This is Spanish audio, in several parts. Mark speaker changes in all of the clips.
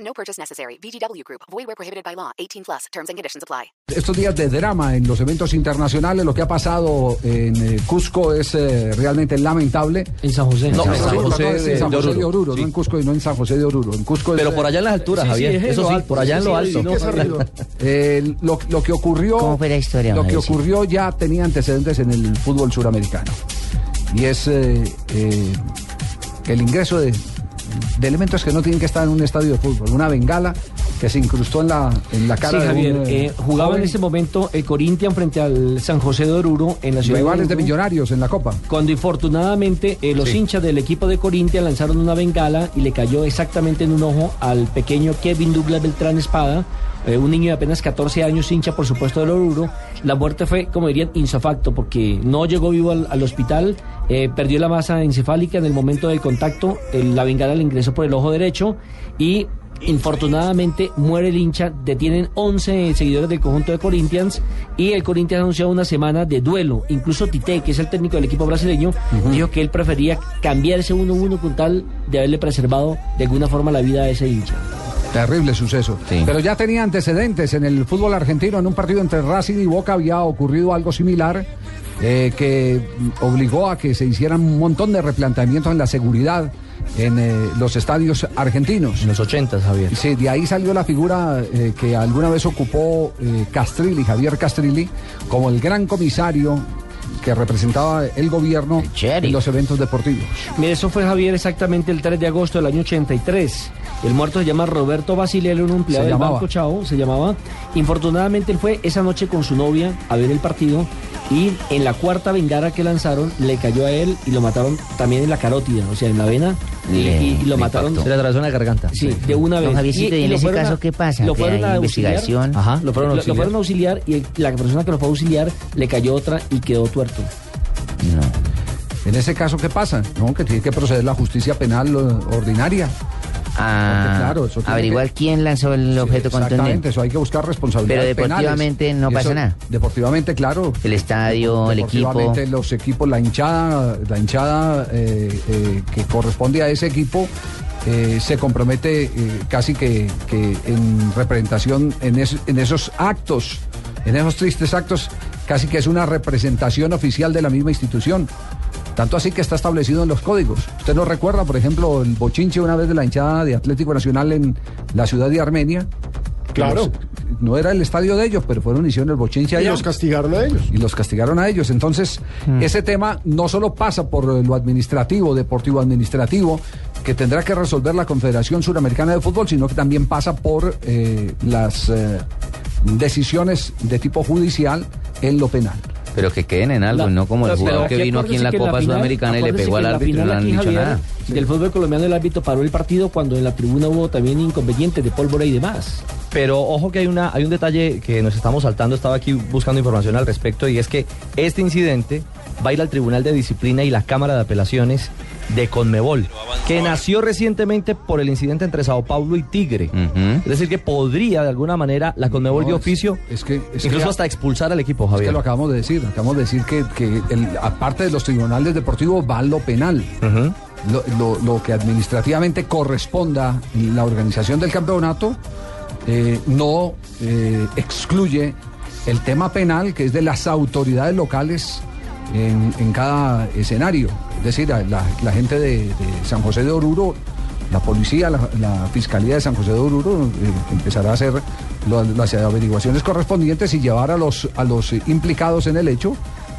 Speaker 1: No purchase necessary. VGW Group. Void where prohibited by law. 18 plus. Terms and conditions apply.
Speaker 2: Estos días de drama en los eventos internacionales, lo que ha pasado en eh, Cusco es eh, realmente lamentable.
Speaker 3: En San José.
Speaker 4: No, en San José
Speaker 2: Perdón,
Speaker 4: de-
Speaker 2: en San
Speaker 4: de
Speaker 2: José
Speaker 4: Oruro.
Speaker 2: de Oruro,
Speaker 4: Sí.
Speaker 2: no en Cusco y no en San José de Oruro. En Cusco es,
Speaker 4: Pero por allá en las alturas,
Speaker 3: Sí, sí,
Speaker 4: Javier.
Speaker 3: es en
Speaker 4: eso
Speaker 3: lo
Speaker 4: sí,
Speaker 3: alto,
Speaker 4: por allá en
Speaker 3: sí,
Speaker 4: lo
Speaker 3: sí,
Speaker 4: alto.
Speaker 3: sí, sí, sí.
Speaker 2: eh, lo, lo que ocurrió,
Speaker 5: ¿Cómo fue la historia,
Speaker 2: lo que
Speaker 5: Mauricio?
Speaker 2: ocurrió ya tenía antecedentes en el fútbol suramericano. Y es eh, eh, el ingreso de, de elementos que no tienen que estar en un estadio de fútbol. Una bengala que se incrustó en la, en la cara
Speaker 3: Sí,
Speaker 2: de
Speaker 3: Javier,
Speaker 2: un, eh,
Speaker 3: eh, jugaba en
Speaker 2: joven.
Speaker 3: ese momento el Corinthians frente al San José de Oruro en la ciudad
Speaker 2: Rivales de
Speaker 3: Oruro,
Speaker 2: Millonarios en la Copa.
Speaker 3: Cuando infortunadamente eh, los
Speaker 2: Sí.
Speaker 3: hinchas del equipo de Corinthians lanzaron una bengala y le cayó exactamente en un ojo al pequeño Kevin Douglas Beltrán Espada, eh, un niño de apenas 14 años, hincha por supuesto del Oruro. La muerte fue, como dirían, insofacto, porque no llegó vivo al, al hospital, eh, perdió la masa encefálica en el momento del contacto, el- la bengala le ingresó por el ojo derecho y Infortunadamente muere el hincha, detienen 11 seguidores del conjunto de Corinthians y el Corinthians anunció una semana de duelo. Incluso Tite, que es el técnico del equipo brasileño, dijo que él prefería cambiar ese 1-1 con tal de haberle preservado de alguna forma la vida a ese hincha.
Speaker 2: Terrible suceso.
Speaker 5: Sí.
Speaker 2: Pero ya tenía antecedentes en el fútbol argentino. En un partido entre Racing y Boca había ocurrido algo similar eh, que obligó a que se hicieran un montón de replanteamientos en la seguridad en eh, los estadios argentinos.
Speaker 4: En los 80, Javier.
Speaker 2: Sí, de ahí salió la figura eh, que alguna vez ocupó eh, Castrilli, Javier Castrilli, como el gran comisario que representaba el gobierno
Speaker 5: El sheriff.
Speaker 2: en los eventos deportivos.
Speaker 3: Mire, eso fue Javier exactamente el 3 de agosto del año 83. El muerto se llama Roberto Basilero, un empleado
Speaker 2: Se
Speaker 3: del
Speaker 2: llamaba.
Speaker 3: Banco Chao, se llamaba. Infortunadamente él fue esa noche con su novia a ver el partido y en la cuarta vengara que lanzaron le cayó a él y lo mataron también en la carótida, o sea, en la vena y,
Speaker 5: Le-
Speaker 3: y- y lo
Speaker 5: le
Speaker 3: mataron.
Speaker 5: impactó.
Speaker 4: Se le atravesó en la garganta.
Speaker 3: Sí, de una
Speaker 5: Don
Speaker 3: vez.
Speaker 5: Javiercito, ¿y en
Speaker 3: lo
Speaker 5: ese
Speaker 3: fueron
Speaker 5: caso qué pasa?
Speaker 3: Lo
Speaker 5: ¿Que
Speaker 3: fueron
Speaker 5: hay
Speaker 3: a auxiliar.
Speaker 5: investigación?
Speaker 4: Ajá, lo fueron a
Speaker 3: Lo
Speaker 4: auxiliar.
Speaker 3: fueron a auxiliar y el- la persona que lo fue a auxiliar le cayó otra y quedó tuerto.
Speaker 5: No.
Speaker 2: En ese caso, ¿qué pasa? No, que tiene que proceder la justicia penal eh, ordinaria.
Speaker 5: A Ah.
Speaker 2: Porque claro, eso tiene
Speaker 5: averiguar
Speaker 2: que-
Speaker 5: quién lanzó el objeto
Speaker 2: Exactamente,
Speaker 5: contundente.
Speaker 2: eso hay que buscar responsabilidades
Speaker 5: Pero deportivamente
Speaker 2: penales.
Speaker 5: no
Speaker 2: Y
Speaker 5: pasa nada.
Speaker 2: Deportivamente, claro.
Speaker 5: El estadio, el equipo.
Speaker 2: Deportivamente, los equipos, la hinchada, la hinchada eh, eh, que corresponde a ese equipo eh, se compromete eh, casi que, que en representación en, es- en esos actos, en esos tristes actos, casi que es una representación oficial de la misma institución. Tanto así que está establecido en los códigos. Usted no recuerda, por ejemplo, el bochinche una vez de la hinchada de Atlético Nacional en la ciudad de Armenia.
Speaker 6: Claro.
Speaker 2: Los- no era el estadio de ellos, pero fueron hicieron el bochinche
Speaker 6: Y
Speaker 2: allá
Speaker 6: los castigaron a ellos.
Speaker 2: y los castigaron a ellos. Entonces, ese tema no solo pasa por eh, lo administrativo, deportivo administrativo, que tendrá que resolver la Confederación Suramericana de Fútbol, sino que también pasa por eh, las eh, decisiones de tipo judicial en lo penal.
Speaker 5: Pero que queden en algo,
Speaker 3: La-
Speaker 5: no como el
Speaker 3: pero
Speaker 5: jugador que vino aquí en
Speaker 3: acuérdese
Speaker 5: la
Speaker 3: que
Speaker 5: Copa
Speaker 3: final-
Speaker 5: Sudamericana y le
Speaker 3: acuérdese
Speaker 5: pegó
Speaker 3: que
Speaker 5: al
Speaker 3: en la
Speaker 5: árbitro y
Speaker 3: final
Speaker 5: no le han
Speaker 3: aquí,
Speaker 5: dicho
Speaker 3: Javier,
Speaker 5: nada.
Speaker 3: Del fútbol colombiano el árbitro paró el partido cuando en la tribuna hubo también inconvenientes de pólvora y demás.
Speaker 4: Pero ojo que hay, una, hay un detalle que nos estamos saltando, estaba aquí buscando información al respecto y es que este incidente va a ir al Tribunal de Disciplina y la Cámara de Apelaciones de Conmebol, que nació recientemente por el incidente entre Sao Paulo y Tigre.
Speaker 5: Ujú.
Speaker 4: Es decir, que podría de alguna manera la Conmebol
Speaker 2: No,
Speaker 4: de
Speaker 2: es-
Speaker 4: oficio,
Speaker 2: es que- es que
Speaker 4: incluso
Speaker 2: ya-
Speaker 4: hasta expulsar al equipo,
Speaker 2: Es
Speaker 4: Javier.
Speaker 2: que lo acabamos de decir, acabamos de decir que, que el- aparte de los tribunales deportivos va lo penal.
Speaker 4: Ujú.
Speaker 2: lo, lo- lo que administrativamente corresponda la organización del campeonato eh, no eh, excluye el tema penal que es de las autoridades locales en, en cada escenario. Es decir, la, la- la gente de, de San José de Oruro, la policía, la, la fiscalía de San José de Oruro eh, empezará a hacer lo- las averiguaciones correspondientes y llevar a los, a los implicados en el hecho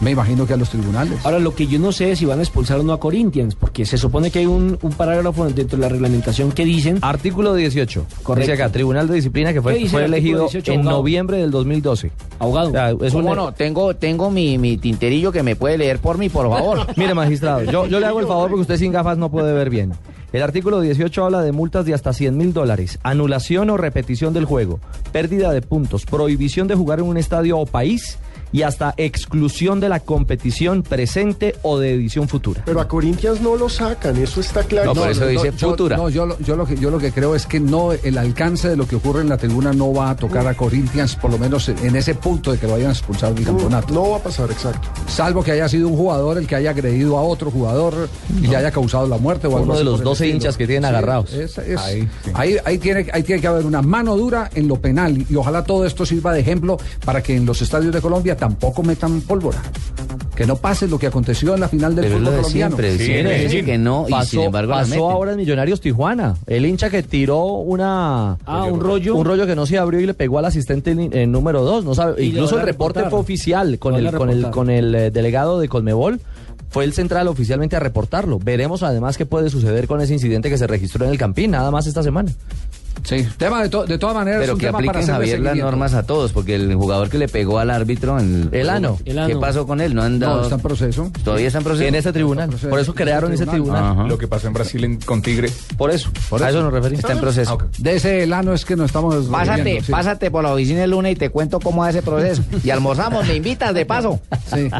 Speaker 2: Me imagino que a los tribunales.
Speaker 7: Ahora, lo que yo no sé es si van a expulsar o no a Corinthians, porque se supone que hay un, un parágrafo dentro de la reglamentación que dicen
Speaker 3: Artículo 18.
Speaker 7: Correcto.
Speaker 3: Dice acá, Tribunal de Disciplina Ah, que
Speaker 7: ¿Qué
Speaker 3: fue,
Speaker 7: dice
Speaker 3: fue
Speaker 7: el artículo
Speaker 3: elegido
Speaker 7: 18,
Speaker 3: en
Speaker 7: abogado?
Speaker 3: noviembre del 2012.
Speaker 7: ahogado.
Speaker 3: O sea, es
Speaker 5: ¿Cómo
Speaker 3: un-
Speaker 5: no? Tengo, tengo mi, mi tinterillo que me puede leer por mí, por favor.
Speaker 3: Mire, magistrado, yo, yo le hago el favor porque usted sin gafas no puede ver bien. El artículo 18 habla de multas de hasta 100 mil dólares, anulación o repetición del juego, pérdida de puntos, prohibición de jugar en un estadio o país y hasta exclusión de la competición presente o de edición futura.
Speaker 6: Pero a Corinthians no lo sacan, eso está claro.
Speaker 5: No, por eso dice
Speaker 2: yo,
Speaker 5: futura.
Speaker 2: no, yo, lo- yo lo que, yo lo que creo es que no el alcance de lo que ocurre en la tribuna no va a tocar a Corinthians, por lo menos en ese punto de que lo hayan expulsado del campeonato.
Speaker 6: No va a pasar, exacto.
Speaker 2: Salvo que haya sido un jugador el que haya agredido a otro jugador y le haya causado la muerte o algo
Speaker 3: Uno de
Speaker 2: así
Speaker 3: los
Speaker 2: por el
Speaker 3: 12
Speaker 2: estilo.
Speaker 3: hinchas que tienen
Speaker 2: Sí,
Speaker 3: agarrados.
Speaker 2: es- es- ahí,
Speaker 3: Ahí, sí.
Speaker 2: ahí tiene, ahí tiene que haber una mano dura en lo penal y ojalá todo esto sirva de ejemplo para que en los estadios de Colombia tampoco metan pólvora. Que no pase lo que aconteció en la final del
Speaker 5: Pero es lo
Speaker 2: fútbol
Speaker 5: de
Speaker 2: colombiano.
Speaker 5: siempre.
Speaker 8: Sí,
Speaker 5: siempre
Speaker 8: en
Speaker 5: dice
Speaker 8: Medellín.
Speaker 5: que no, y sin embargo la
Speaker 3: pasó
Speaker 5: meten.
Speaker 3: ahora en Millonarios Tijuana, el hincha que tiró una
Speaker 7: Ah, un rollo.
Speaker 3: un rollo que no se abrió y le pegó al asistente en- en número 2, no sabe,
Speaker 7: Y le
Speaker 3: incluso
Speaker 7: van a
Speaker 3: el reporte
Speaker 7: reportar.
Speaker 3: fue oficial con
Speaker 7: Lo van
Speaker 3: el
Speaker 7: a
Speaker 3: con el
Speaker 7: reportar.
Speaker 3: con el eh, delegado de Conmebol. Fue el central oficialmente a reportarlo. Veremos además qué puede suceder con ese incidente que se registró en el Campín, nada más esta semana.
Speaker 2: Sí, tema de, to- de todas maneras. es
Speaker 5: Pero
Speaker 2: un
Speaker 5: que
Speaker 2: tema para
Speaker 5: apliquen
Speaker 2: hacerle
Speaker 5: Javier las
Speaker 2: seguimiento.
Speaker 5: normas a todos, porque el jugador que le pegó al árbitro en
Speaker 3: El ano.
Speaker 5: ¿Qué
Speaker 7: El ano.
Speaker 5: pasó con él? No han dado.
Speaker 2: No, está en proceso.
Speaker 5: Todavía está en proceso.
Speaker 3: En ese tribunal.
Speaker 2: proceso-
Speaker 3: Por eso
Speaker 2: en ese
Speaker 3: crearon ese
Speaker 2: tribunal.
Speaker 3: tribunal.
Speaker 5: Ajá.
Speaker 8: Lo que pasó en Brasil en- con Tigre.
Speaker 3: Por eso. a eso nos referimos.
Speaker 5: Está en proceso.
Speaker 8: Ah, ok.
Speaker 2: De ese lano es que nos estamos.
Speaker 5: Pásate,
Speaker 2: riendo, sí.
Speaker 5: pásate por la oficina el lunes y te cuento cómo va ese proceso. Y almorzamos, me invitas de paso.
Speaker 2: Sí.